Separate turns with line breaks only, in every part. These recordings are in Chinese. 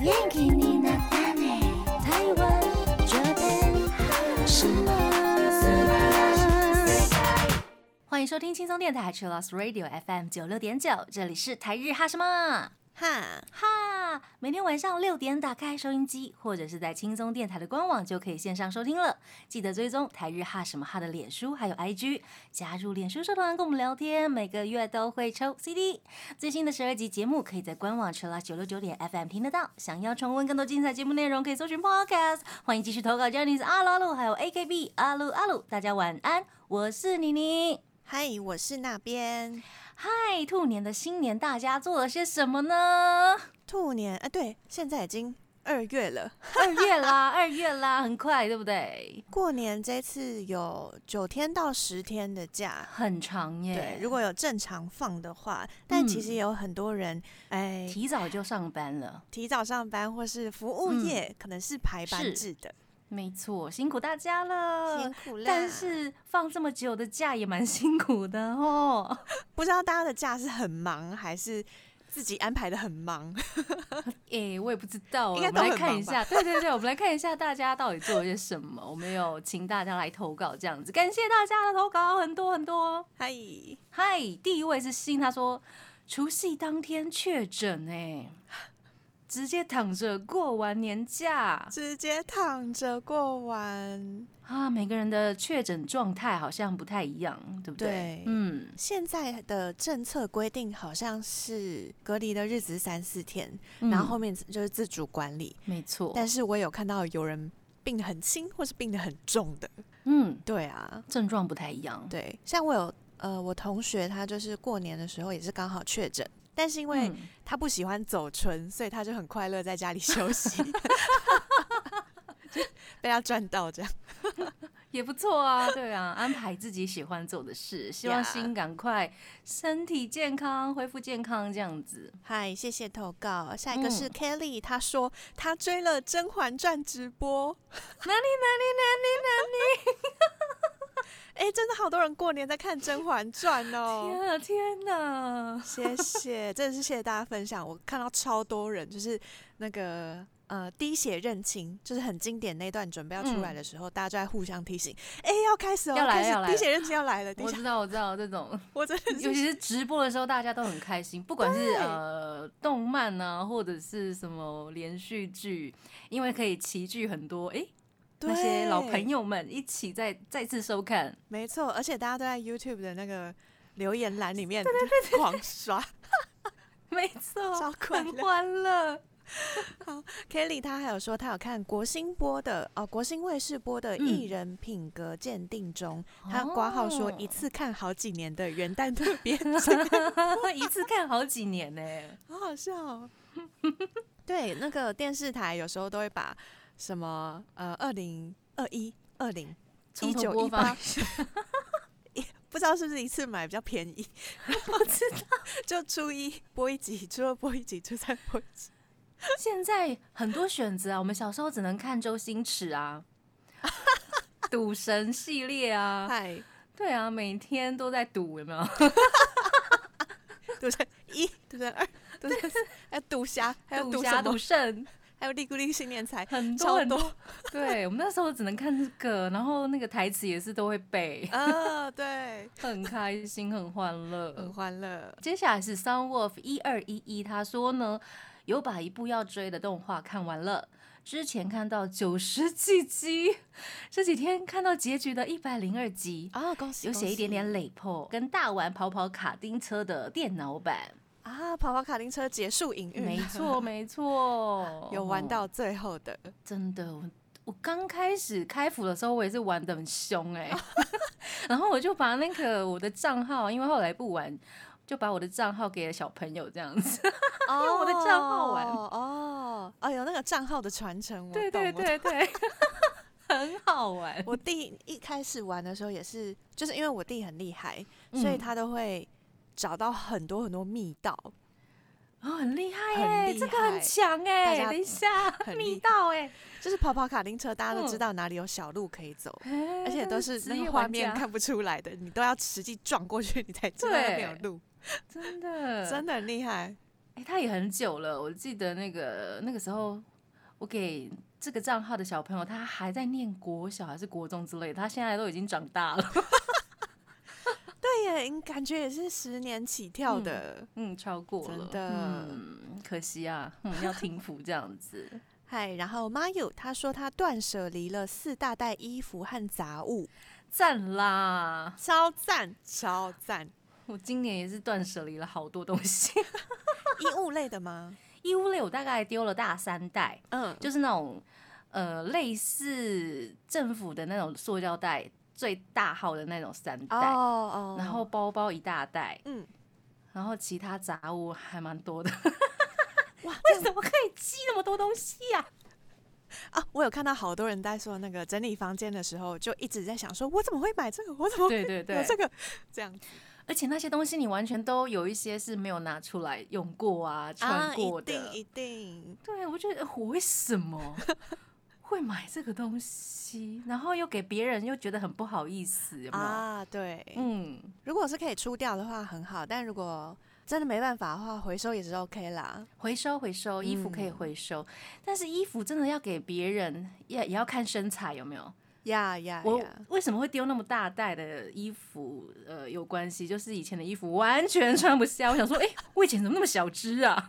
元気になったね台湾 Japan 什么
欢迎收听轻松电台 Chillus Radio FM 九六点九，这里是台日哈什么
哈，
哈，每天晚上六点打开收音机，或者是在轻松电台的官网就可以线上收听了。记得追踪台日哈什么哈的脸书还有 IG，加入脸书社团跟我们聊天，每个月都会抽 CD。最新的十二集节目可以在官网 Chillus 九六九点 FM 听得到。想要重温更多精彩节目内容，可以搜寻 Podcast。欢迎继续投稿 j e n n y 阿鲁阿鲁还有 AKB 阿鲁阿鲁，大家晚安，我是妮妮。
嗨，我是那边
嗨，兔年的新年，大家做了些什么 呢？
兔年啊，对，现在已经二月了。
二月啦，二月啦，很快，对不对？
过年这次有九天到十天的假，
很长耶。
对，如果有正常放的话，但其实也有很多人
嗯
哎、
提早就上班了，
提早上班或是服务业，可能是排
嗯是
班制的，
没错，辛苦大家了。
辛苦啦。
但是放这么久的假也蛮辛苦的 哦，
不知道大家的假是很忙还是自己安排的很忙？
诶、我也不知道，
应该
我们
都
来
很
看一
忙吧
下，对对对，我们来看一下大家到底做了些什么。我们有请大家来投稿，这样子，感谢大家的投稿，很多很多。
嗨，
嗨，第一位是信，他说除夕当天确诊哎，直接躺着过完年假
直接躺着过完。
啊！每个人的确诊状态好像不太一样，对不对？
对
嗯，
现在的政策规定好像是隔离的日子三四天，
嗯
然后后面就是自主管理。
没错，
但是我有看到有人病得很轻，或是病得很重的。
嗯，
对啊，
症状不太一样，
对，像我有呃，我同学他就是过年的时候也是刚好确诊，但是
嗯，
因为他不喜欢走春，所以他就很快乐在家里休 息。就被他赚到这样，
也不错啊，对啊，安排自己喜欢做的 事，希望
呀
心赶快身体健康，恢复健康这样子。
嗨，谢谢投稿。下一个是
嗯
Kelly，、他说他追了《甄嬛传》直播，
哪里哪里哪里
哎、真的好多人过年在看《甄嬛传》
哪
哦。
里？天啊天哪！
谢谢，真的是谢谢大家分享。我看到超多人，就是那个呃滴血认亲，就是很经典那段准备要出来的时候，大家就在互相提醒，哎、要开始哦，
嗯要来
开始
要来
滴血认亲要来了，滴
我
血
知，道我知道这种。
我真 的
尤
是
其是直播的时候，大家都很开心，不管是
对
呃动漫啊，或者是什么连续剧，因为可以齐聚很多诶，那些老朋，
对
友们一起再再次收看，
没错，而且大家都在 YouTube 的那个留言栏里面狂刷。
没错
超，快
很
乐
欢乐。
Kelly 他还有说，他有看国新播的哦，国新卫视播的《
嗯
艺人品格鉴定中》他挂号说
哦
一次看好几年的元旦特 别集，
哦一次看好几年 呢、
好好笑、 哦。对，那个电视台有时候都会把什么呃二零二一、二零
从
一
头
九
播
一
放
八，不知道是不 是一次买比较便宜，不知道。就初一播一集，初二播一集，初三播一集。
现在很多选择啊，我们小时候只能看周星驰 啊，赌神系列啊，
嗨，
对啊，每天都在赌，有没有？
赌神一，赌神二，赌神三，还有赌侠，还 有
赌
赌
侠、
什么
赌圣，
还有利咕利新年财，
很多
超
很多
多。
对我们那时候只能看这个，然后那个台词也是都会背，
啊，对，
很开心，很欢乐
很。欢乐。
接下来是 Sun Wolf 一二一一，他说呢，有把一部要追的动画看完了。之前看到九十几集，这几天看到结局的一百零二集，
啊，恭喜！
有写一点
恭
点
喜
累破，跟大玩跑跑卡丁车的电脑版，
啊！跑跑卡丁车结束营运，
没错，没错，
有玩到最后的，
真的，我我刚开始开服的时候，我也是玩的很凶哎、 然后我就把那个我的账号，因为后来不玩，就把我的账号给了小朋友这样子。
哦
用我的账号玩
哦哦，有那个账号的传承，我
对
懂
对。对 对，很好玩
我懂。我弟一开始玩的时候也是，就是因为我弟很厉害，所以
嗯
他都会找到很多很多密道，
哦，很厉害
很
哎、
厉
这个很
害
强哎、
大家
等一下，
很
密
厉
道哎、
就是跑跑卡丁车，大家
嗯
都知道哪里有小路可以走，
哎
而且都是
职
那
业
个画
玩
面
家
看不出来的，你都要实际撞过去，你才知道那边有
对
路，
真的
真的很厉害。
哎、哎、他也很久了，我记得那个那个时候，我给这个账号的小朋友，他还在念国小还是国中之类的，他现在都已经长大了，
对耶，应感觉也是十年起跳的。
嗯，超过了，
真的
嗯，可惜啊，嗯，要停服这样子，
嗨、然后 Mayu 他说他断舍离了四大袋衣服和杂物，
赞啦！
超赞，超赞。
我今年也是断舍离了好多东西，
衣物类的吗？
衣物类我大概丢了大三袋，
嗯，
就是那种呃类似政府的那种塑料袋，最大号的那种三
哦
袋，
哦，
然后包包一大袋，
嗯，
然后其他杂物还蛮多的。
哇，这
为
样
什么可以积那么多东西 呀、
啊，我有看到好多人在说那个整理房间的时候，就一直在想说，我怎么会买这个？我怎么会
对对对
有，这个？这样
而且那些东西你完全都有一些是没有拿出来用过啊、穿过
一
的。
定一定，
对，我觉得我为什么 会买这个东西，然后又给别人，又觉得很不好意思，有没有？
啊，对，
嗯，
如果是可以出掉的话很好，但如果真的没办法的话，回收也是 OK 啦。
回收回收，衣服可
嗯
以回收，但是衣服真的要给别人，也也要看身材有没有。
呀呀
我
呀！
为什么会丢那么大袋的衣服？呃，有关系，就是以前的衣服完全穿不下。我想说，哎、我以前怎么那么小只啊？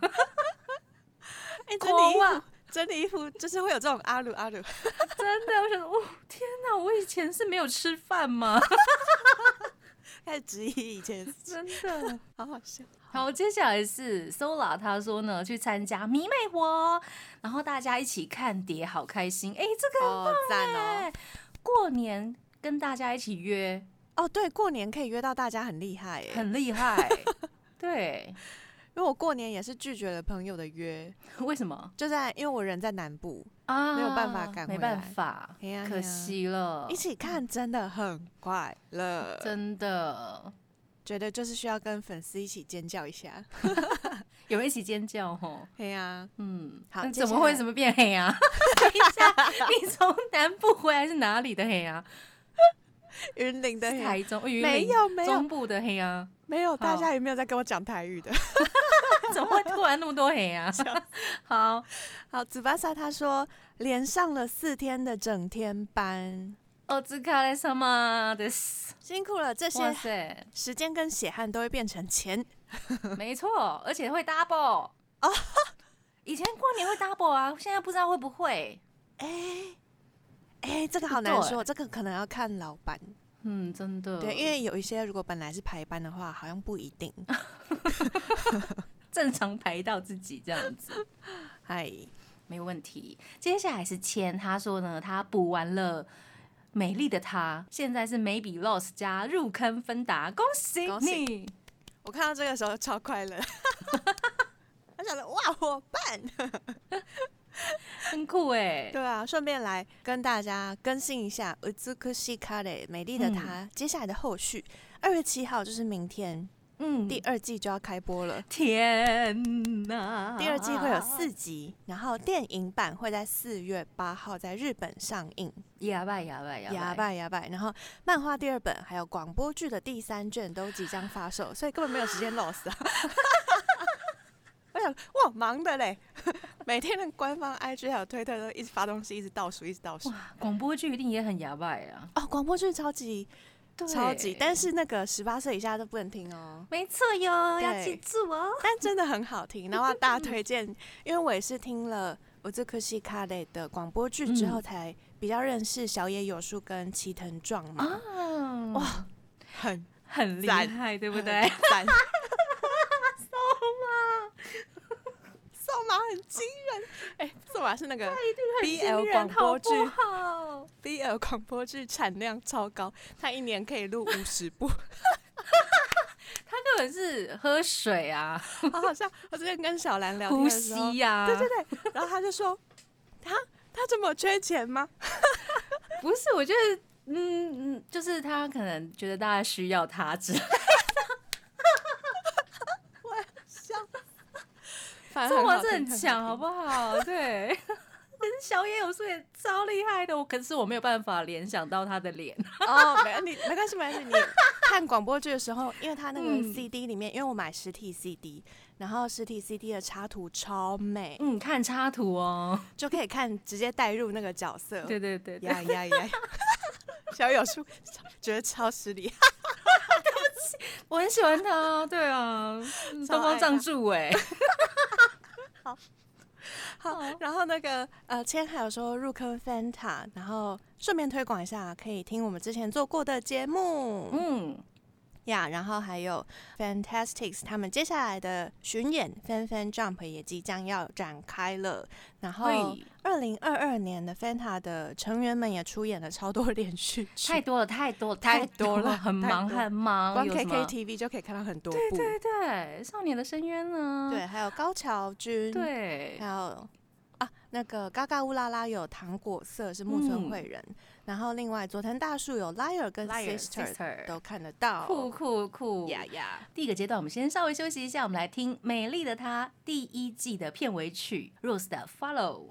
哎，整理
狂
衣服，
啊！
整理衣服就是会有这种阿鲁阿鲁，
真的，我想说，哦，天哪！我以前是没有吃饭吗？
开始质疑以前的事，
真的。
好好笑。
好，接下来是 Sola，他说呢，去参加迷妹活，然后大家一起看碟，好开心。哎、这个
哦，赞
哎、
哦！
过年跟大家一起约，
哦，对，过年可以约到大家很厉害耶，
很厉 害。对，
因为我过年也是拒绝了朋友的约，
为什么
就在因为我人在南部，
啊？
没有办法赶
没
回
办
来
法
嘿呀，
可
嘿呀
惜了
一。起看真的很快乐，
哦真的
觉得就是需要跟粉丝一起尖叫一下。
有人一起尖叫吼，
对呀、
嗯，
好
那
接
怎
下
么会
来
怎么变黑 啊？等 一下，你从南部回来是哪里的黑啊？
云林的
台中、哎云
没
林
有没有
中部的黑啊？
没有，大
好
家也没有在跟我讲台语 的。
怎么会突然那么多黑 啊？好，
好，紫巴萨他说连上了四天的整天班，
お疲れ様です。
辛苦了，这
哇
些
塞，
时间跟血汗都会变成钱。
没错，而且会 double
哦
以前过年会 double 啊，现在不知道会不会。
哎、哎、这个好
不
难
错
说，这个可能要看老板。
嗯，真的，
对，因为有一些如果本来是排班的话，好像不一定。
正常排到自己这样子。
嗨，
没有问题。接下来是千，他说呢，他补完了。美丽的他现在是眉笔 loss 加入坑芬达，恭喜
恭喜
你！
我看到这个时候超快乐， 我想说哇，伙伴。
很酷哎、
对啊，顺便来跟大家更新一下《Utsukushi Kare》美丽的她、接下来的后续。二月七号就是明天，
嗯，
第二季就要开播了。
天哪！
第二季
啊
会有四集，然后电影版会在四月八号在日本上映，
哑巴哑巴哑
哑
巴，
巴哑巴。然后漫画第二本还有广播剧的第三卷都即将发售，所以根本没有时间 lost 啊。 我想，哇，忙的嘞！ 每天的官方 IG 还有推特都一直发东西，一直倒数，一直倒数。
广播剧一定也很哑巴呀，
哦，广播剧超级
对
超级，但是那个十八岁以下都不能听哦。
没错哟，
对
要记住哦。
但真的很好听，然后大推荐，因为我也是听了我这科西卡雷的广播剧之后，
嗯
才比较认识小野有树跟齐藤壮嘛，
嗯，哇，
哇，很
很厉
赞
害，对
对
不 对？？
赞，瘦马很惊人， 哎、瘦马是那个 BL 广播剧
好不好？
BL 广播剧产量超高，它一年可以录五 十部，
他根本是喝水啊，
好好笑。我之前跟小兰聊天
呼
的时候
吸，啊呀、
对对对，然后他就说，他他这么缺钱吗？
不是，我觉得，嗯嗯，就是他可能觉得大家需要他之类的，
反
中
我
文是很强，
哦
好不好？ 对。可是小野有树也超厉害的，我可是我没有办法联想到他的脸。
好？哦，没你没关系，没关系。你看广播剧的时候，因为他那个
嗯
CD 里面，因为我买实体 CD，然后实体 CD 的插图超美，
嗯，看插图哦。
就可以看直接带入那个角色。
对对对对，
呀呀呀！ 小友树觉得超失礼，
我很喜欢他，对 啊，嗯
超
东方
爱
藏
他
柱哎，
好，然后那个呃，千海有说入坑 Fanta，然后顺便推广一下，可以听我们之前做过的节目
嗯，
呀。然后还有 Fantastics 他们接下来的巡演 Fan Fan Jump 也即将要展开了。然后
会
二零二二年的 Fanta 的成员们也出演了超多连续
太
剧，
多了，太多了，
太
多
多了
很
太
忙
多
很忙，
光
有什么
KKTV 就可以看到很多部。
对嗯对，少年的深渊呢？
对，还有高桥君，，
对
还有啊，那个嘎嘎乌拉拉有糖果色是木
嗯
村惠人，然后另外佐藤大树有 liar 跟
Liar
sister
Sister
都看得到，
酷酷酷！
呀呀，
第一个阶段，我们先稍微休息一下，我们来听《美丽的她》第一季的片尾曲 Rose 的 Follow。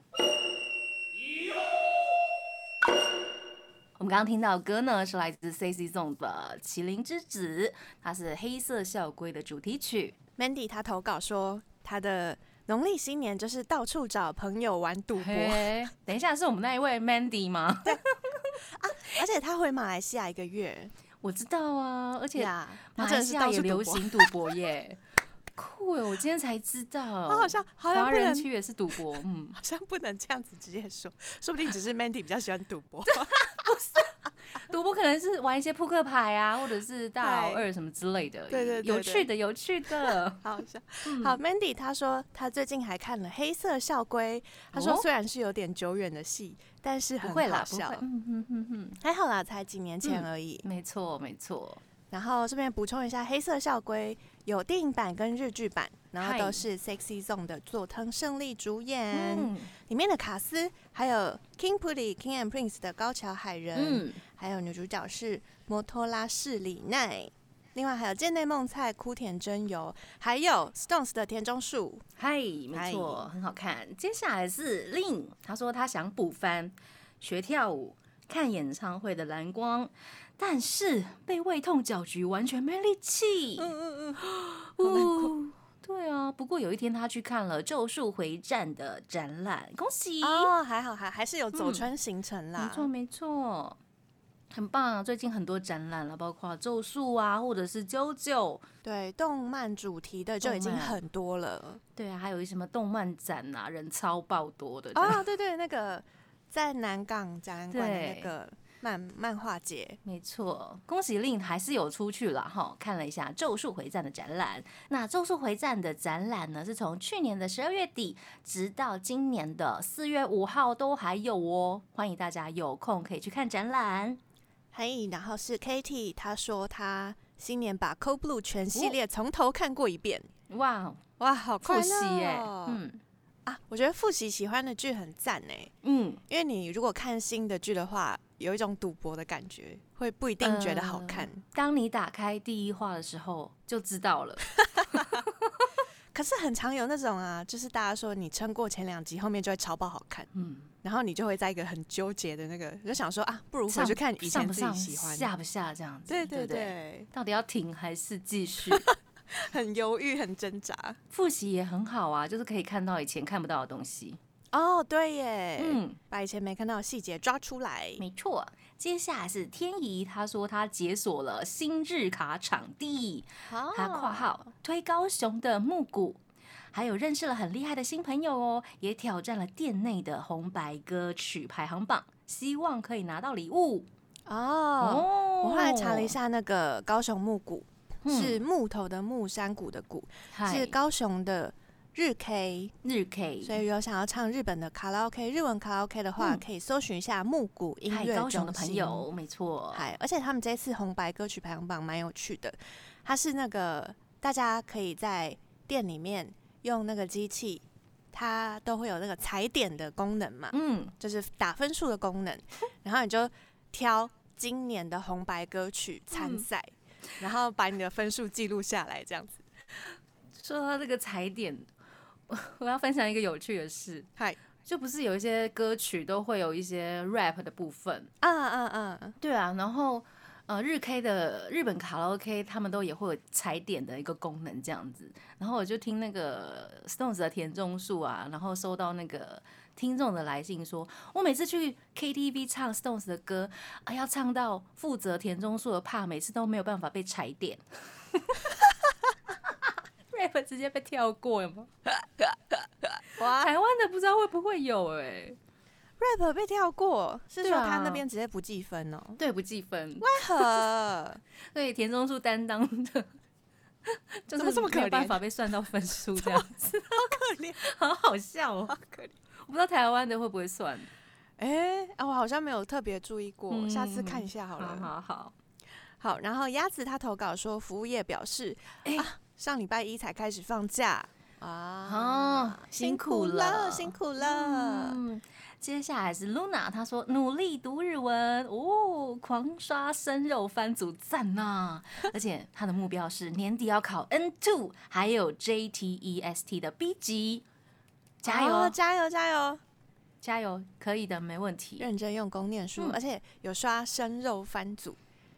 我们刚刚听到的歌呢，是来自 C C Zone 的《麒麟之子》，它是《黑色校规》的主题曲。
，Mandy 他投稿说他的农历新年就是到处找朋友玩赌博，
嘿，等一下，是我们那一位 Mandy 吗？
而且他回马来西亚一个月，
我知道啊，而且
呀，
马
他
来
真的
西
是
亚
到
也
处
流
赌博，
行赌博耶，酷哎！我今天才知 道，
好好像好像
哦华
不
人
能。
区也是赌博，嗯，
好像不能这样子直接说，说不定只是 Mandy 比较喜欢赌博。
赌博可能是玩一些扑克牌啊，或者是大老
对
二什么之类的，
对对对
有
对，
趣的，有趣的
好笑。
嗯
好，Mandy 她说她最近还看了《黑色校规》，她
哦
说虽然是有点久远的戏，但是
不
很
会
好
啦，不会
笑，，
嗯哼哼哼，
还好啦，才几年前而已。
没错没错，
然后这边补充一下，《黑色校规》有电影版跟日剧版，然后
嗨
都是 Sexy Zone 的佐藤胜利主演，
嗯
里面的卡斯还有 King Puri、King and Prince 的高桥海人，
嗯，
还有女主角是摩托拉市里奈。另外还有剑内梦菜、枯田真由，还有 Stones 的田中树，
嗨，没错，很好看。接下来是令，他说他想补番，学跳舞，看演唱会的蓝光，但是被胃痛搅局，完全没力气。
嗯嗯
哦，对啊，不过有一天他去看了《咒术回战》的展览，恭喜！
哦，还好还还是有走
嗯
穿行程
没
啦。
错没错，很棒啊！最近很多展览了，包括《咒术》啊，或者是《啾啾》，
对，动漫主题的就已经
动漫
很多了
对啊，还有一什么动漫展啊，人超爆多的。
啊。对对，那个在南港展览馆的
对
那个漫漫画节，
没错，恭喜令还是有出去了哈，看了一下《咒术回战》的展览。那《咒术回战》的展览呢，是从去年的十二月底直到今年的四月五号都还有哦，欢迎大家有空可以去看展览。
还有然后是 Katie，她说她新年把 Cold Blue 全系列从头看过一遍，
哇，
哦哇，好快
复
乐
习耶，
哦
嗯
啊，我觉得复习喜欢的剧很赞哎，
嗯，
因为你如果看新的剧的话，有一种赌博的感觉，会不一定觉得好
呃
看。
当你打开第一话的时候就知道 了，
可是很常有那种啊，就是大家说你撑过前两集，后面就会超爆好看，
嗯，
然后你就会在一个很纠结的那个，就想说啊，不如回去看以
上
前
不
自
上
己喜欢的。
下不下这样子，
对
对
对
不对，
对，
到底要停还是继 续？
很犹豫，很挣扎。
复习也很好啊，就是可以看到以前看不到的东西。
哦，对耶，
嗯，
把以前没看到的细节抓出来。
没错。接下来是天怡，她说她解锁了新日卡场地，
好
她括号推高雄的木谷，还有认识了很厉害的新朋友哦，也挑战了店内的红白歌曲排行榜，希望可以拿到礼物
哦，
哦
我后来查了一，下，那个高雄木谷、
嗯
是木头的木，山谷的谷，
嗨
是高雄的日 K。
日 K，
所以有想要唱日本的卡拉 OK 日文卡拉 OK 的话，
嗯
可以搜寻一下木谷音
嗨
乐
高雄
中
的朋
心
友，没错，
嗨，而且他们这次红白歌曲排行榜蛮有趣的，它是那个大家可以在店里面用那个机器，它都会有那个踩点的功能嘛，
嗯，
就是打分数的功 能，然后你就挑今年的红白歌曲参
嗯
赛，然后把你的分数记录下来，这样子。
说到这个踩点， 我我要分享一个有趣的事，
嗨，
就不是有一些歌曲都会有一些 rap 的部分，
啊啊啊！
对啊，然后呃日 K 的日本卡拉 OK，他们都也会有踩点的一个功能这样子。然后我就听那个 Stones 的田中树啊，然后收到那个听众的来信说，我每次去 KTV 唱 Stones 的歌，啊，要唱到负责田中树的怕，每次都没有办法被踩 点。rap 直接被跳过有吗？
哇
台湾的不知道会不会有哎、
，rap 被跳过，是
对
说
啊
他那边直接不计分哦？
对不计分，
为何？
所以田中树担当的，就
怎么
是
这么可
没有办
怜
法被算到分 数这样子，
可怜，
好好笑哦。
好可怜。
我不知道台湾的会不会算，
哎、啊，我好像没有特别注意过，下次看一下好
好
了。
嗯好好，
好然后鸭子他投稿说，服务业表示，
哎
啊，上礼拜一才开始放假啊
哦，辛苦
了，
了
辛苦了。
嗯，接下来是 Luna，她说努力读日文哦，狂刷生肉番组赞 呐、而且她的目标是年底要考 N two，还有 JTEST 的 B 级，加油、
哦加油，加油！
加油，可以的，没问题。
认真用功念书，
嗯
而且有刷生肉番组，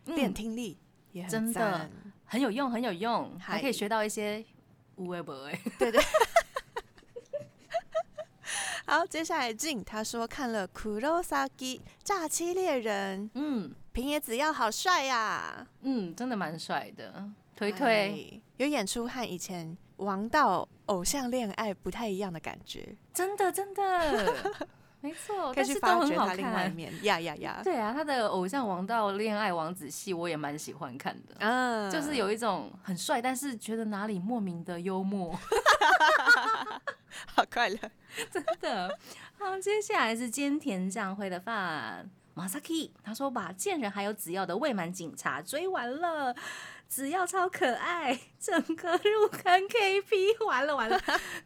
嗯
练听力也很
真的
赞，
很有用，很有用，还可
嗨
以学到一些无微不微。
对对。 好，接下来静他说看了《Kurosaki 诈欺猎人》，
嗯
平野紫耀好帅呀、
嗯，真的蛮帅的，推推，
哎有演出和以前王道偶像恋爱不太一样的感觉，
真的真 的，没错，
可
哦
以
但
去
是
发
都
掘
很好
他另外一
看。
面。呀呀 呀！
对啊，他的偶像王道恋爱王子戏我也蛮喜欢看的，
嗯
就是有一种很帅，但是觉得哪里莫名的幽默，
好快乐。
真的。好，接下来是菅田将晖的饭。马萨 k 他说把贱人还有子耀的未满警察追完了，子耀超可爱，整个入坑 KP 完了完了，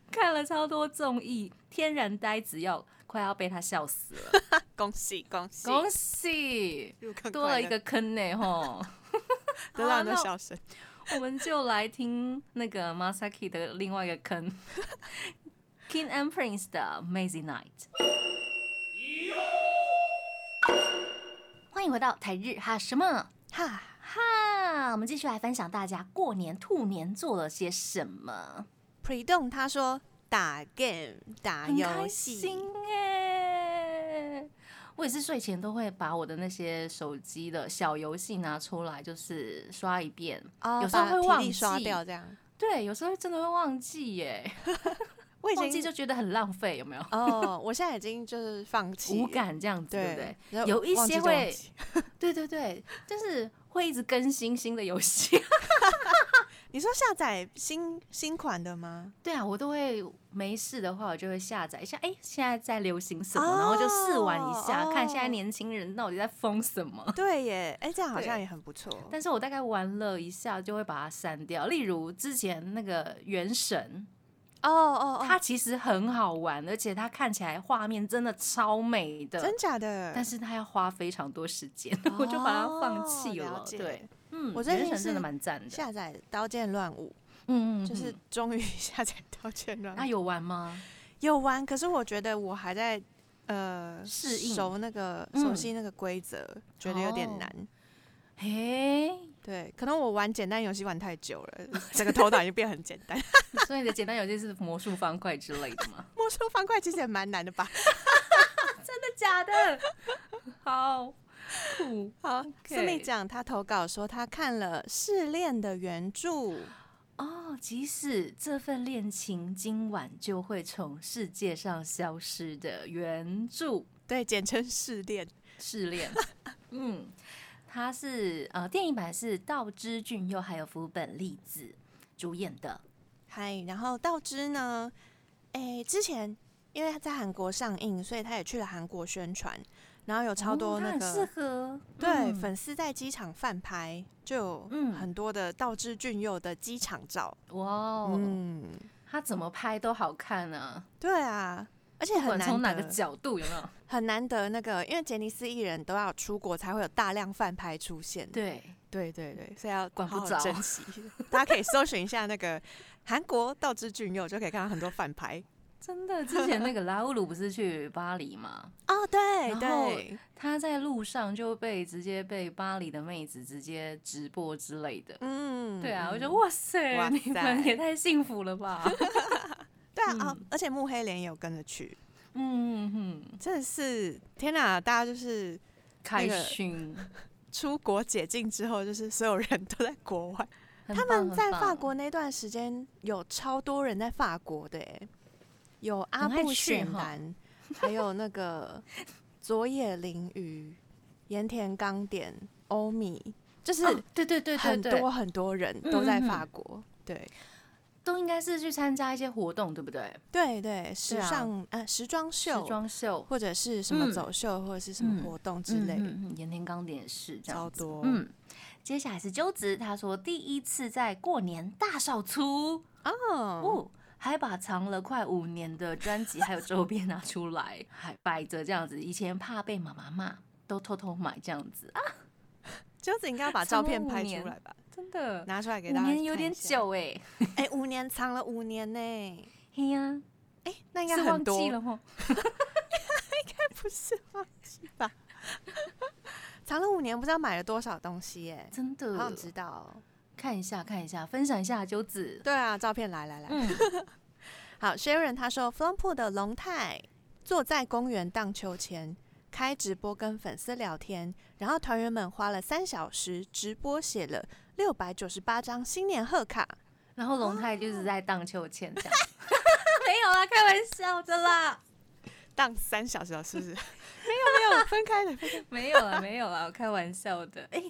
看了超多综艺，天然呆子耀快要被他笑死了，
恭喜恭喜
恭喜！
入坑
多了一个啊坑呢，吼！
得到很
好那
多笑声。
我们就来听那个 Masaki 的另外一个坑 ，King and Prince 的《Mazy Night》。欢迎回到台日哈什么
哈，
哈？我们继续来分享大家过年兔年做了些什么，
pre 动他说打 game 打
很
游
开
戏
心，哎、我也是睡前都会把我的那些手机的小游戏拿出来，就是刷一遍。
哦
有时候
把
会
体
忘
力刷
记
掉这样。
对，有时候真的会忘记耶，
我
忘
已
记
经
就觉得很浪费，有没有？
哦，我现在已经就是放弃
无
了，
感这样子，对不对？
然后
有一
忘
些
记就忘
会
记
对对对，就是会一直更新新的游戏。
你说下载新新款的吗？
对啊，我都会没事的话，我就会下载一下，哎、现在在流行什么，然后就试玩一下
哦
看现在
哦
年轻人到底在疯什么。
对耶，哎，这样好像
对
也很不错。
但是我大概玩了一下，就会把它删掉。例如之前那个《原神
哦哦》，
它其实很好玩，而且它看起来画面真的超美的，
真假的？
但是它要花非常多时间， 我就把它放弃
哦
了。
了解
对，嗯，
我最
原
近
神真
是
的蛮赞的，
下载《刀剑乱舞
嗯嗯，》嗯
就是嗯终于 下载《刀剑乱舞
那》有玩吗？
有玩，可是我觉得我还在呃
适应
熟那个
嗯
熟悉那个规则，觉得有点
哦
难。
嘿，
对，可能我玩简单游戏玩太久了，整个头脑已经变很简单。
所以你的简单游戏是魔术方块之类的 吗？
魔术方块其实也蛮难的吧？
真的假的？ 好酷
好，思 密
OK
讲他投稿说他看了《试炼》的原著，
哦！即使这份恋情今晚就会从世界上消失的原著
对，简称《试炼》。
试 炼，嗯，它是呃电影版是道之俊佑还有福本莉子主演的，
嗨，然后道之呢，诶，之前因为他在韩国上映，所以他也去了韩国宣传，然后有超多
哦
那
它
个、
很适合
对、
嗯
粉丝在机场翻拍，就有
嗯
很多的道之俊佑的机场照。
哇哦，
嗯，
它怎么拍都好看啊，
对啊，而且
不
很
管从哪
难
个
得，
角度有没有？
很难得那个，因为杰尼斯艺人都要出国才会有大量翻拍出现。
对，
对对对，所以要
管不
好好
着
珍惜。大家可以搜寻一下那个韩国道之俊佑，就可以看到很多翻拍。
真的，之前那个拉乌鲁不是去巴黎吗？
哦，对
然后
对，
他在路上就被直接被巴黎的妹子直接直播之类的。
嗯
对啊，我觉得
嗯
哇塞，
哇
你们也
塞
太幸福了吧！
对啊，哦
嗯，
而且慕黑莲也有跟着去，
嗯哼，
真的是天哪！大家就是
开
那个
心，
出国解禁之后，就是所有人都在国外。
很
他
棒
们在
很
法
棒
国那段时间有超多人在法国的耶，有阿
很爱
布
去
雪
哈
男，还有那个佐野绫鱼、盐田刚典、欧米，就是
哦对对对对
很
对
多，很多人都在
嗯嗯嗯
法国。对
都应该是去参加一些活动，对不对？
对对，时
对啊
尚呃时装
时
秀
装秀
或者是什么
嗯
走秀或者是什
嗯
么活动之类
嗯
的，
嗯嗯盐田刚点也是这
超
样子。
多。
嗯，接下来是鸠子，他说第一次在过年大扫除
哦，
哦。还把藏了快五年的专辑还有周边拿出来，还摆着这样子。以前怕被妈妈骂，都偷偷买这样子啊，
就是应该要把
藏
照
了
片
五
拍
年
出来吧，
真的。
拿出来给
五
大家看一下。
年有点久哎、
哎、五年藏了五年呢。
嘿呀、
哎、那应
是
该
忘
很多，
记了吗？
不是忘记吧？ 藏了五年，不知道买了多少东西耶、
真的，
好想知道、哦。
看一下看一下，分享一下九子。
对啊，照片来来来。
嗯，
好，Sharon 他说 f l o m p o 的龙太坐在公园荡秋千，开直播跟粉丝聊天，然后团员们花了三小时直播写了六百九十八张新年贺卡。
然后龙太就是在荡秋千 这样，没有啦，开玩笑的啦，
荡三小时哦是不 是？没有没有，分开的。分开 的
没有啦，没有啊啦，我开玩笑的。哎、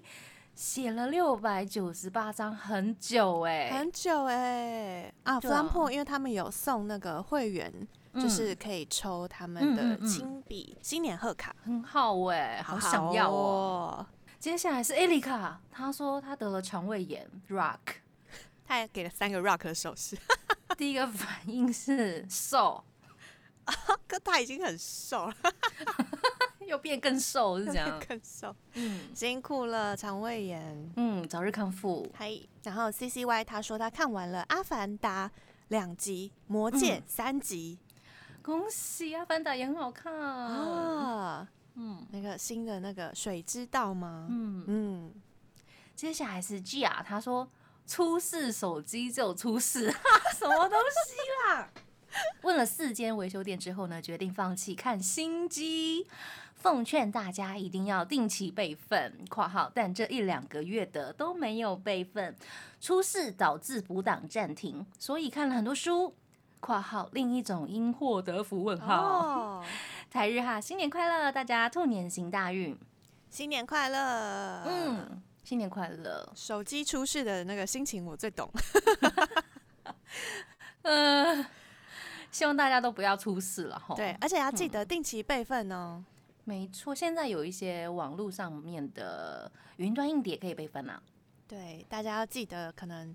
写了六百九十八张，很久哎、
很久哎、啊 f
对
l
啊
o m p o 因为他们有送那个会员就
嗯
是可以抽他
嗯
们的
嗯嗯
亲笔新年贺卡，
很好哎、好想要哦。
哦！
接下来是艾丽卡，她说她得了肠胃炎，rock。
他也给了三个 rock 的手势，
第一个反应是瘦，
可他已经很瘦了，
又变更瘦是这 样。
更瘦，
嗯
辛苦了肠胃炎。
嗯，早日康复。
嗨，然后 C C Y 他说他看完了《阿凡达》两集，《魔戒
嗯》
三集、
恭喜阿凡达也很好看啊。
啊，
嗯
那个新的那个水之道吗？
嗯，
嗯，
接下来是 G 啊，他说出事手机就出事， 什么东西啦？问了四间维修店之后呢，决定放弃看新机。奉劝大家一定要定期备份（括号但这一两个月的都没有备份，出事导致补档暂停，所以看了很多书）。括号另一种因祸得福？问号。
哦，
台日哈，新年快乐，大家兔年行大运。
新年快乐！嗯。
嗯，新年快乐。
手机出事的那个心情我最懂，
呃，希望大家都不要出事了哈。
对，，而且要记得定期备份哦。
没错，现在有一些网络上面的云端硬碟可以备份啊。
对，大家要记得，可能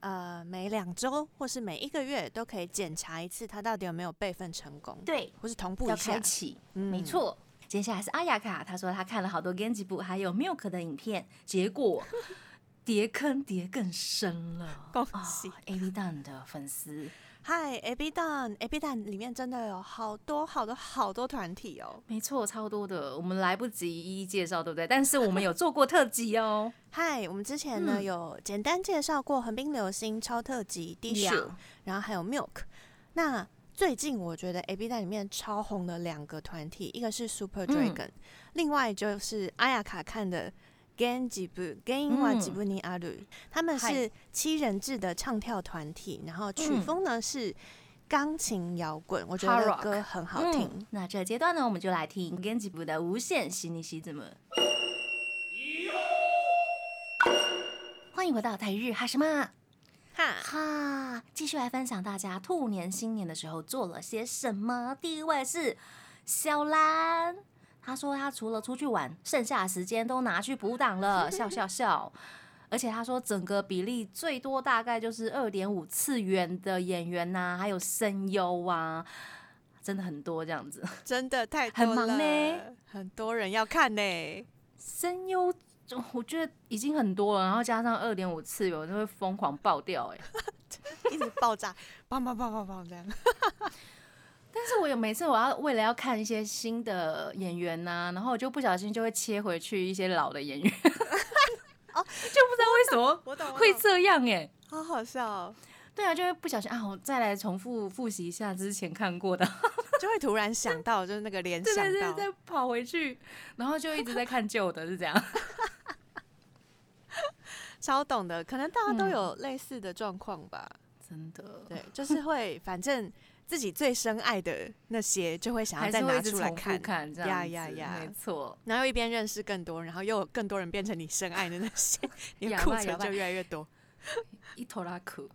呃每两周或是每一个月都可以检查一次，它到底有没有备份成功，
对，
或是同步
要
一下
开。启，
嗯
没错。接下来是阿雅卡，她说她看了好多 Genji 部还有 Milk 的影片，结果 叠坑叠更深了。
恭
啊
喜！
A B 蛋的粉丝，
嗨，A B 蛋，A B 蛋里面真的有好多好多好多团体哦。
没错，超多的，我们来不及一一介绍，对不对？但是我们有做过特辑 哦。
嗨，我们之前呢、
嗯
有简单介绍过横滨流星、超特级、低
呀
数，然后还有 Milk。那最近我觉得 A B 蛋里面超红的两个团体，一个是 Super
嗯
Dragon，、另外就是阿雅卡看的 Genjibu Gen wa
嗯
Jibu ni aru，、他们
嗨
是七人制的唱跳团体，然后曲
嗯
风呢、是钢琴摇滚，我觉
Hard
得
rock
歌很好听。
嗯那这个阶段呢，我们就来听 Genji 部的《无限西尼西怎么》。欢迎回到台日哈什么
哈，
哈，继续来分享大家兔年新年的时候做了些什么。第一位是小兰，她说她除了出去玩，剩下的时间都拿去补档 了，笑笑笑。而且她说，整个比例最多大概就是二点五次元的演员呐、还有声优啊，真的很多这样子。
真的太
很
多
忙
了
呢
很多人要看呢、
声优，就我觉得已经很多了，然后加上二点五次元，我就会 疯狂爆掉哎、
一直爆炸，砰砰砰砰砰这样。
有每次我要为了要看一些新的演员呐、然后我就不小心就会切回去一些老的演员， 哦，就不知道为什么
我懂，我
会
懂
这样哎、
好好笑、哦，
对啊，就会不小心啊，我再来重复复习一下之前看过的，
就会突然想到，就是那个 联
对
想
对对，
到，
再跑回去，然后就一直在看旧的，是这样。
超懂的，可能大家都
嗯
有类似的状况吧。
真的，
对，就是会，反正自己最深爱的那些，就会想要
还
再
是会
拿
一直
出来
重复
看，
看这样
呀
子
呀呀
没错，
然后又一边认识更多，然后又有更多人变成你深爱的那些， 你的
呀
库
吧呀
存
吧
就越来越多。
一头拉苦。，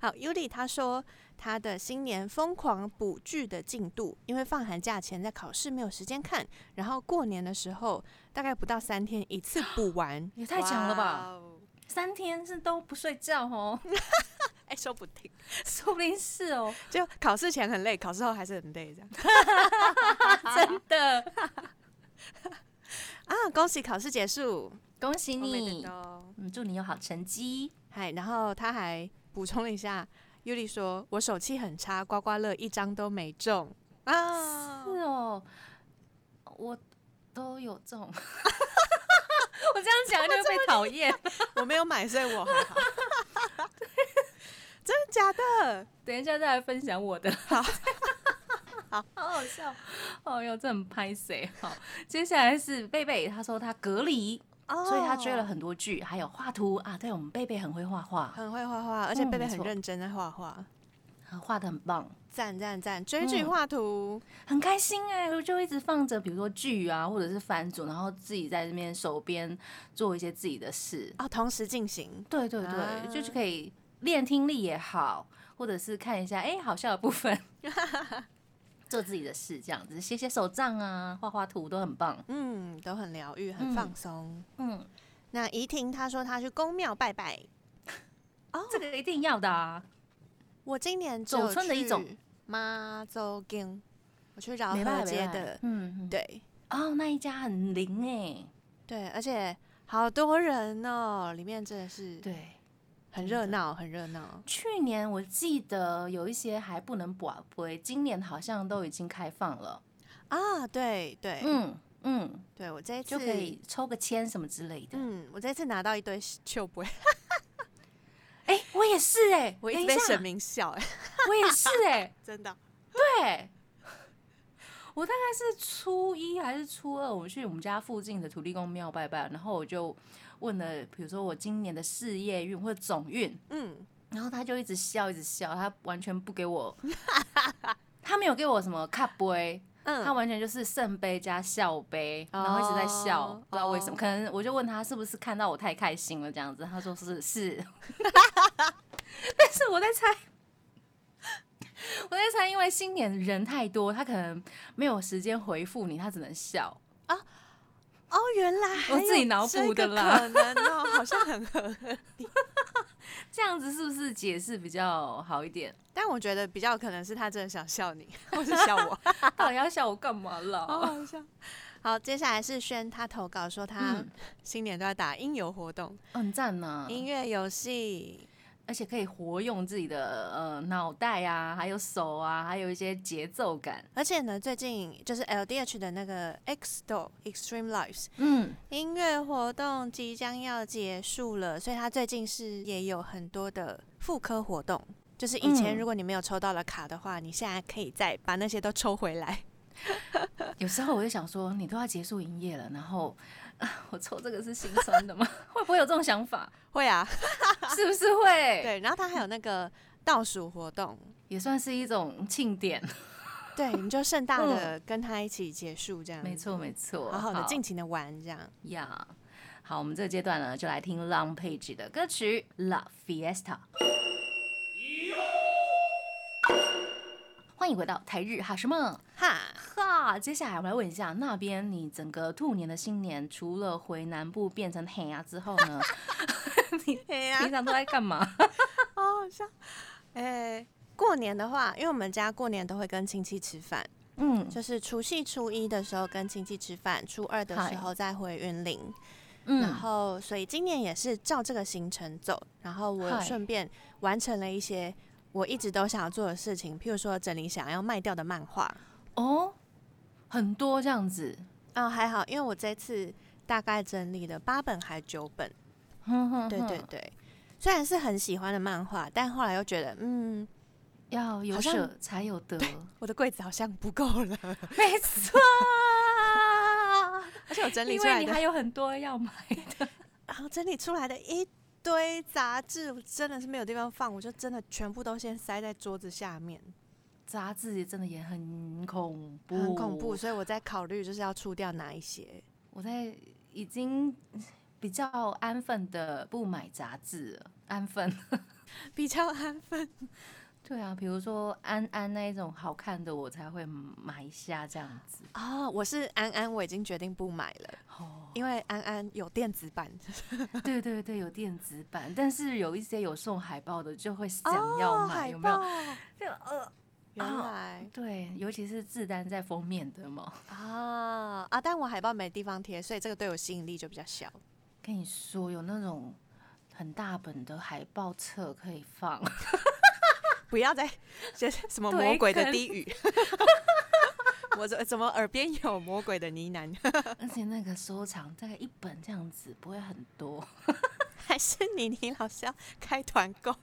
好，Yuli 他说他的新年疯狂补剧的进度，因为放寒假前在考试没有时间看，然后过年的时候大概不到三天一次补完
也 太强了吧
哇哦！
三天是都不睡觉哦，
哎、说不定
说不定是哦，
就考试前很累，考试后还是很累这样
真的，
啊！恭喜考试结束，
恭喜
欧美的
你，
都
嗯，祝你有好成绩。
嗨，然后他还补充了一下，尤里说：“我手气很差，刮刮乐一张都没中 啊
是。哦，我都有中。我这样讲就会被讨厌。
我没有买，所以我还 好。真的假的？
等一下再来分享我的。
好，
好好笑。哦哟，这很拍谁？好，接下来是贝贝，他说他隔离，
哦
所以他追了很多剧，还有画图啊。对我们贝贝很会画画，
很会画画，而且
嗯
贝贝
没
很
错
认真在画画，
画的很棒。
赞赞赞！追剧
嗯
画图，
很开心哎、我就一直放着，比如说剧啊，或者是番组，然后自己在那边手边做一些自己的事。
哦，同时进行。
对对对，
啊
就是可以练听力也好，或者是看一下哎、好笑的部 分，做自己的事这样子，写写手账啊，画画图都很棒。
嗯，都很疗愈，很
嗯
放松。
嗯，
那怡婷她说她去公庙拜拜，哦
这个一定要的啊，
我今年只
走
有
村的一种
去妈祖宫，我去饶
没办
河
法
街的，
嗯，嗯
对
哦，那一家很灵哎、
对，而且好多人哦，里面真的是
对。
很热闹，很热闹。
去年我记得有一些还不能保杯，今年好像都已经开放了。
啊，对对，
嗯嗯，
对我这一次
就可以，抽个签什么之类的。
嗯，我这次拿到一堆旧杯，
哎、我也是哎、
我一
等
直
一
被
下
神明笑，哎，
我也 是哎、
真的。
对，我大概是初一还是初二，我去我们家附近的土地公庙拜拜，然后我就问了，比如说我今年的事业运或者总运，
嗯，
然后他就一直笑，一直笑，他完全不给我， 他没有给我什么卡杯。
嗯
他完全就是圣杯加笑杯，然后一直在笑，
哦
不知道为什么。
哦
可能我就问他是不是看到我太开心了这样子，他说是 是，但是我在猜， 我在猜，因为新年人太多，他可能没有时间回复你，他只能笑。
哦，原来还
我
有
自己脑补的啦
这个可能哦，好像很合理。
这样子是不是解释比较好一 点？
但我觉得比较可能是他真的想笑你， 或是笑我，
到底要笑我干嘛啦？
好好笑。 好，接下来是轩，他投稿说他
嗯
新年都要打音游活动、
哦很赞呐、
音乐游戏，
而且可以活用自己的呃脑袋啊，还有手啊，还有一些节奏感。
而且呢，最近就是 LDH 的那个 X Store Extreme Lives
嗯，
音乐活动即将要结束了，所以他最近是也有很多的复刻活动。就是以前
嗯
如果你没有抽到了卡的话，你现在可以再把那些都抽回来。
有时候我就想说，你都要结束营业了，然后、啊、我抽这个是心酸的吗？ 会不会有这种想法？
会啊，
是不是会？，
对。然后他还有那个倒数活动，
也算是一种庆典。
对，你就盛大的跟他一起结束这样。
没，错，没错。
嗯好好的尽情的玩这样。
呀。好，我们这个阶段呢，就来听 Long Page 的歌曲《La Fiesta》。欢迎回到台日哈什么？
哈，
哈，接下来我们来问一下，那边你整个兔年的新年，除了回南部变成黑啊之后 呢，
哎
平
呀，
常都在干 嘛？
好好笑。哎，过年的话，因为我们家过年都会跟亲戚吃饭，
嗯
就是除夕、初一的时候跟亲戚吃饭，初二的
嗨
时候再回云林。然
嗯，
后，所以今年也是照这个行程走，然后我
嗨
顺便完成了一些我一直都想要做的事情，譬如说整理想要卖掉的漫画。
哦，很多这样子，
啊、还好，因为我这次大概整理了八本还九本，
哼哼
对
哼
对对。虽然是很喜欢的漫画，但后来又觉得，嗯，
要有
好像
舍才有得，
我的柜子好像不够了，
没 错。
而且我整理
因
出来
为你
的
还有很多要买的，
然后整理出来的一堆杂志，我真的是没有地方放，我就真的全部都先塞在桌子下面，
杂志也真的也很恐怖，
很恐怖。所以我在考虑就是要出掉哪一些。
我在已经比较安分的不买杂志了，安 分。
比较安分，
对啊，比如说安安那一种好看的，我才会买一下这样子。
哦，我是安安，我已经决定不买了，
哦，
因为安安有电子版，
对对对，有电子版，但是有一些有送海报的，就会想要买，有没有？
有？
就呃，
哦原
哦
来
对，尤其是自单在封面的嘛。
啊啊！但我海报没地方贴，所以这个对我吸引力就比较小。
跟你说，有那种很大本的海报册可以放，
不要 再写什么
对
魔鬼的
跟
低语， 我怎怎么耳边有魔鬼的呢喃？
而且那个收藏大概一本这样子，不会很多。
还是你你老师要开团 购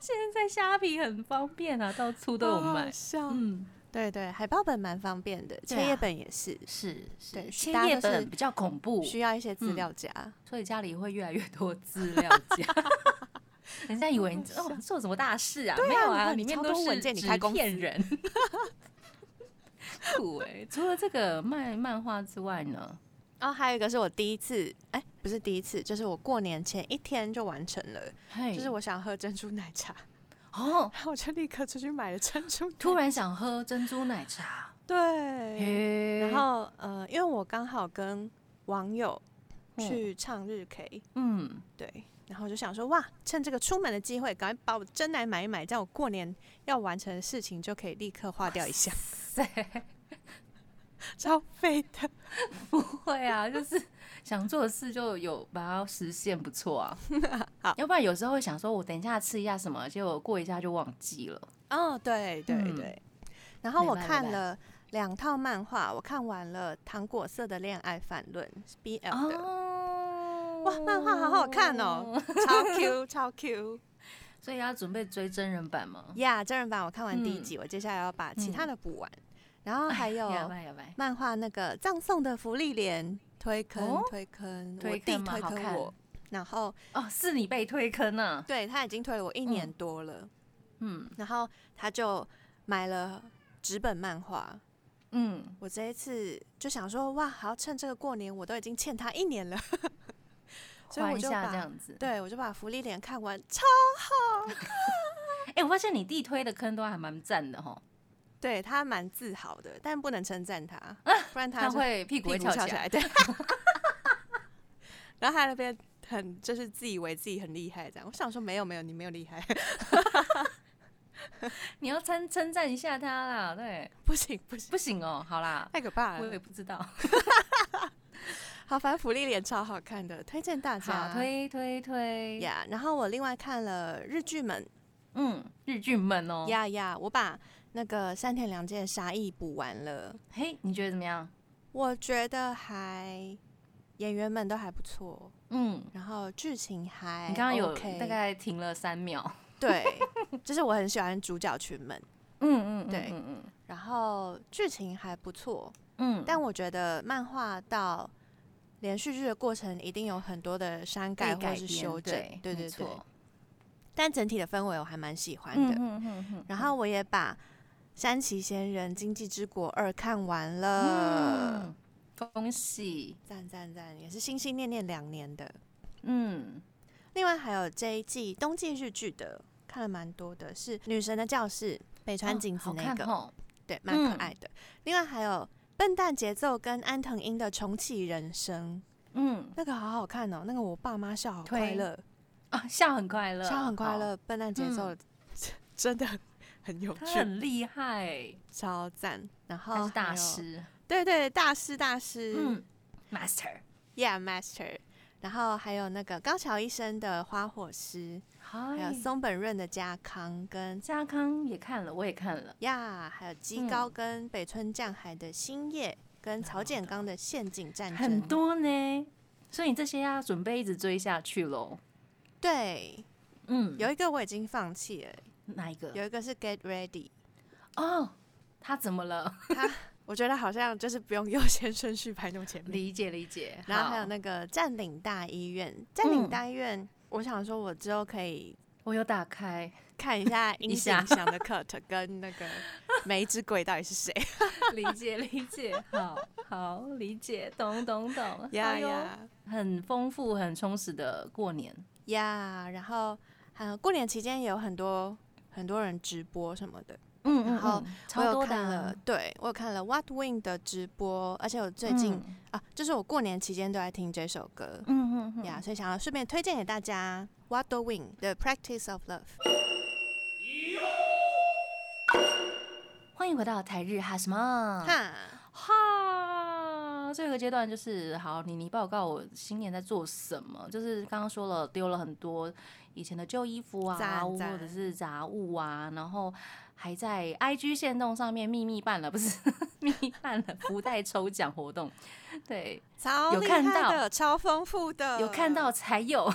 现在虾皮很方便啊，到处都有卖。
笑
嗯，
对对，海报本蛮方便的，
对啊
切页本也是
是是，
对
切
大家
页
都是
本比较恐怖，
需要一些资
嗯
料夹。
所以家里会越来越多资料夹。 人家以为你 哦做什么大事啊？
对啊
没有
你
啊，
看
里面
超
都
多
是
文件你开公司
骗人。 酷哎、除了这个卖漫画之外呢，
然后哦还有一个是我第一次，哎、不是第一次，就是我过年前一天就完成了，
嘿
就是我想喝珍珠奶茶，
哦，
然后 我就立刻出去买了珍珠奶茶。
突然想喝珍珠奶茶，
对，
嘿
然后呃，因为我刚好跟网友
嗯
去唱日 K，、
嗯，
对，然后就想说哇，趁这个出门的机会，赶快把我真奶买一买，这样我过年要完成的事情就可以立刻化掉一下，超费的。
不会啊，就是想做的事就有把它实现，不错啊。
好
要不然有时候会想说，我等一下吃一下什么，结果过一下就忘记了。
哦，对对
嗯
对。然后我
明白
看
明白
了两套漫画，我看完了《糖果色的恋爱反论》是 BL 的，
哦
哇，漫画好好看哦，超 Q 超 Q。
所以要准备追真人版吗？
呀、真人版我看完第一
嗯
集，我接下来要把其他
嗯哎
的补完，然后还有
呀吧呀吧，
漫画那个葬送的福利莲推坑、
哦
推坑，我
推
弟
坑吗
推
好
坑
看
我，然后
哦，是你被推坑啊？
对他已经推了我一年多了，
嗯
然后他就买了纸本漫画。
嗯，
我这一次就想说，哇，好趁这个过年，我都已经欠他一年了， 所以
还
我
一
就
下这
把
样子。
对我就把福利莲看完，超
哎、我发现你弟推的坑都还蛮赞的哈，
对他蛮自豪的，但不能称 赞他，不然
他
就
会屁股
屁
会
股
翘
翘
起
起
来。
来，对。然后他那边很就是自以为自己很厉害，这样。我想说没有没有，你没有厉害，
你要称称赞一下他啦，对，
不行不行，
不行哦，好啦，
太可怕
我也
了。
不知道。
好，反正福利脸超好看的，推荐大家
好，推推推，
呀。然后我另外看了日剧们
嗯，日剧们哦，
呀呀，我把那个山田凉介的杀意补完了，
嘿，你觉得怎么样？
我觉得还演员们都还不错，
嗯，
然后剧情还
你刚刚有
哎 OK
大概停了三秒。
对，就是我很喜欢主角群们。
嗯嗯，嗯
对
嗯嗯
然后剧情还不错，
嗯，
但我觉得漫画到连续剧的过程一定有很多的删改
被改
或是
编
修正，
对
对
没
对对
错。
但整体的氛围我还蛮喜欢
嗯
的。
嗯嗯嗯，
然后我也把《山崎贤人经济之国二》看完了，
嗯，恭喜，
赞赞赞，也是心心念念两年的。
嗯，
另外还有这一季冬季日剧的，看了蛮多的，是《女神的教室》北川景子
好
那
看
个，
哦，
对，蛮可
嗯
爱的。另外还有笨蛋节奏跟安藤樱的重启人生，
嗯
那个好好看哦，那个我爸妈笑好快
推
乐，
啊，笑很快乐，
笑很快
好，嗯
乐，笨蛋节奏、真 的很有
他
趣，
很厉害，
超赞。然后
他是大
还有，
师，
对对，大师大师、
嗯，master，
y e a h Master。然后还有那个高桥医生的《花火师》，还有
嗨，
松本润的《家康》跟
家康也看了，我也看了。
呀，还有基
嗯
高跟北村匠海的《星夜》跟
好
曹建刚的《陷阱战争》，
很多呢，所以你这些要准备一直追下去喽。
对，
嗯，
有一个我已经放弃了，
哪一个？
有一个是 Get Ready，
哦，他怎么了？
我觉得好像就是不用优 先顺序排那么前 面。
理解理解。
然后还有
好，
那个占领大医院，占领
嗯
大医院，我想说我之后可以
我有打开，
看一下音
下
响响的 cut 跟那个 每一只鬼到底是谁。
理解理解，好好理解，懂懂 懂。
呀
哎呦
呀
很丰富、很充实的过年。
呀！然后呃，过年期间也有很多很多人直播什么的，
嗯
然后我
超
有
多的
看
啊
了，，对我有看了 What Win 的直播，而且我最近、
嗯
啊，就是我过年期间都在听这首歌。
嗯嗯
呀
嗯，
所以想要顺便推荐给大家 What the Wing 的 Practice of Love。
欢迎回到台日哈什么
哈，
哈，最后一个阶段就是好，你你报告我新年在做什么？就是刚刚说了，丢了很多以前的旧衣服啊，
赞赞
或者是杂物啊，然后还在 IG 线动上面秘密办了，不是 秘密办了福袋抽奖活动，对，
超
有
厉
看
害
到
的，超丰富的，
有看到才 有。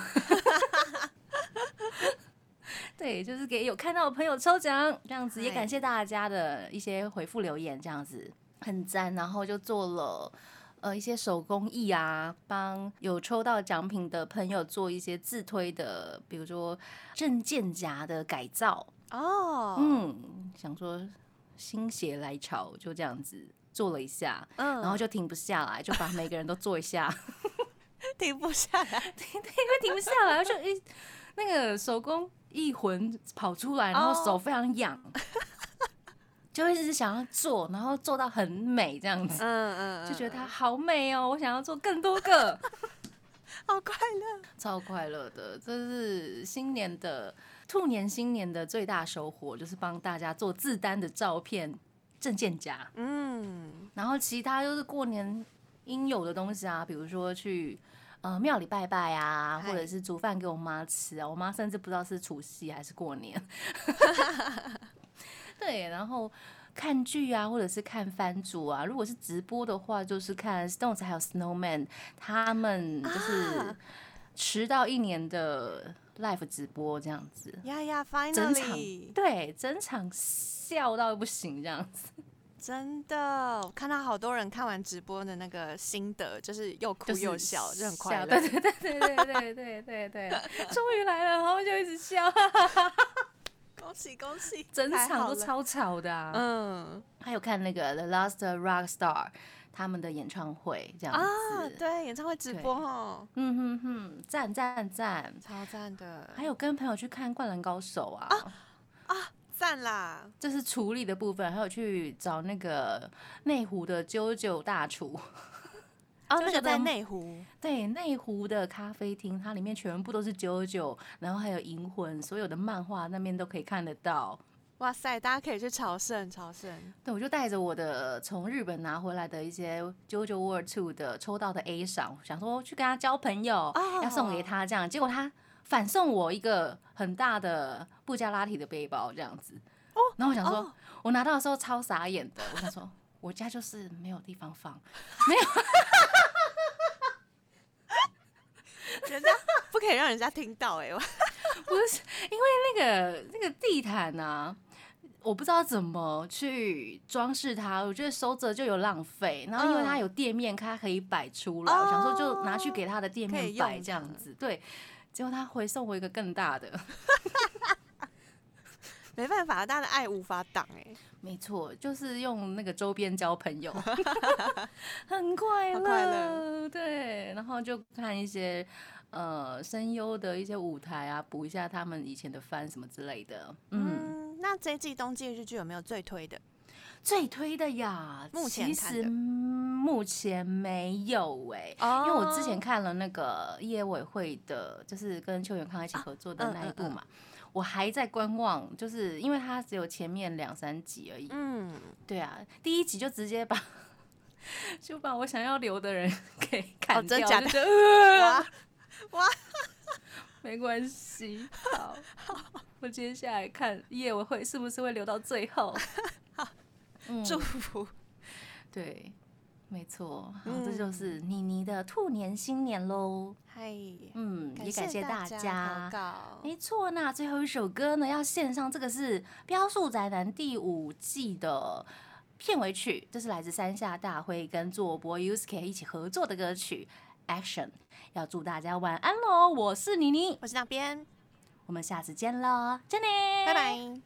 对，就是给有看到的朋友抽奖，这样子也
嗨
感谢大家的一些回复留言，这样子很赞。然后就做了呃一些手工艺啊，帮有抽到奖品的朋友做一些自推的，比如说证件夹的改造。
哦，嗯
嗯，想说心血来潮就这样子做了一下，
嗯
然后就停不下来，就把每个人都做一下。
停不下来，
停不下来，就一那个手工一魂跑出来，然后手非常痒就会一直想要做，然后做到很美这样子，
嗯嗯，
就觉得
嗯
它好美哦，我想要做更多个，
好快乐，
超快乐的，这是新年的兔年新年的最大收获，就是帮大家做自单的照片证件夹。
嗯，
然后其他就是过年应有的东西啊，比如说去呃庙里拜拜啊，
嗨
或者是煮饭给我妈吃啊。我妈甚至不知道是除夕还是过年。 对，然后看剧啊，或者是看番主啊。如果是直播的话，就是看 Stones 还有 Snowman 他们就是
啊
迟到一年的 live 直播这样子。
呀呀
整场
，finally，
对，整场笑到不行这样子。
真的，我看到好多人看完直播的那个心得，就是又哭
就是
又笑，就很快乐
对，对对对对对对对对，终于来了，然后就一直 笑，
恭喜恭喜，
整
太
场
好
都
了，
超吵的、啊。
嗯
还有看那个 The Last Rock Star 他们的演唱会这样
啊，
子，
对，演唱会直
对
播哦，
嗯哼哼，赞赞赞。
超赞的，
还有跟朋友去看《灌篮高手》啊，
赞啦，
这是厨力的部分，还有去找那个内湖的啾啾大厨。哦
就是在内湖，
对内湖的咖啡厅，它里面全部都是九九，然后还有银魂，所有的漫画那边都可以看得到。
哇塞，大家可以去朝圣朝 圣，
对，我就带着我的从日本拿回来的一些 JoJo World Two 的抽到的 A 赏，想说去跟他交朋友要送给他这样，结果他反送我一个很大的布加拉提的背包这样子。哦，然后我想说，
哦
我拿到的时候超傻眼的，我想说我家就是没有地方放，
人家 不可以让人家听到哎、我
不是因为那个那个地毯啊。我不知道怎么去装饰它，我觉得收着就有浪费。然后因为
嗯
它有店面，它可以摆出来，我想说就拿去给他的店
哦可
面
以用
摆这样
它
子。对，结果他回送我一个更大的，
没办法，大家的爱无法挡哎、
没错，就是用那个周边交朋 友，很快
好
乐，
快乐
对。然后就看一些呃声优的一些舞台啊，补一下他们以前的番什么之类的，嗯
嗯，那这一季冬季日剧有没有最推的？
最推的呀，
目前
其
看
实
的
目前没有哎、
哦
因为我之前看了那个业委会的，就是跟邱元康一起合作的那一部
嗯
嘛，我还在观望，就是因为它只有前面两三集而已。
嗯，
对啊，第一集就直接把 就把我想要留的人给
哦
砍掉，
真假的
就觉得呃
啊哇，
没关系，好， 我接下来看夜我会是不是会留到最后。嗯
祝福。
对，没错，好，这就
嗯
是妮妮的兔年新年喽。
嗨，
嗯，也感谢大
家
家。
投稿。
没错，那最后一首歌呢，要献上这个是《标速宅男》第五季的片尾曲，这是来自山下大辉跟佐伯 Yusuke 一起合作的歌曲《Action》。要祝大家晚安喽！我是妮妮，
我是那边，
我们下次见喽，再见，
拜拜。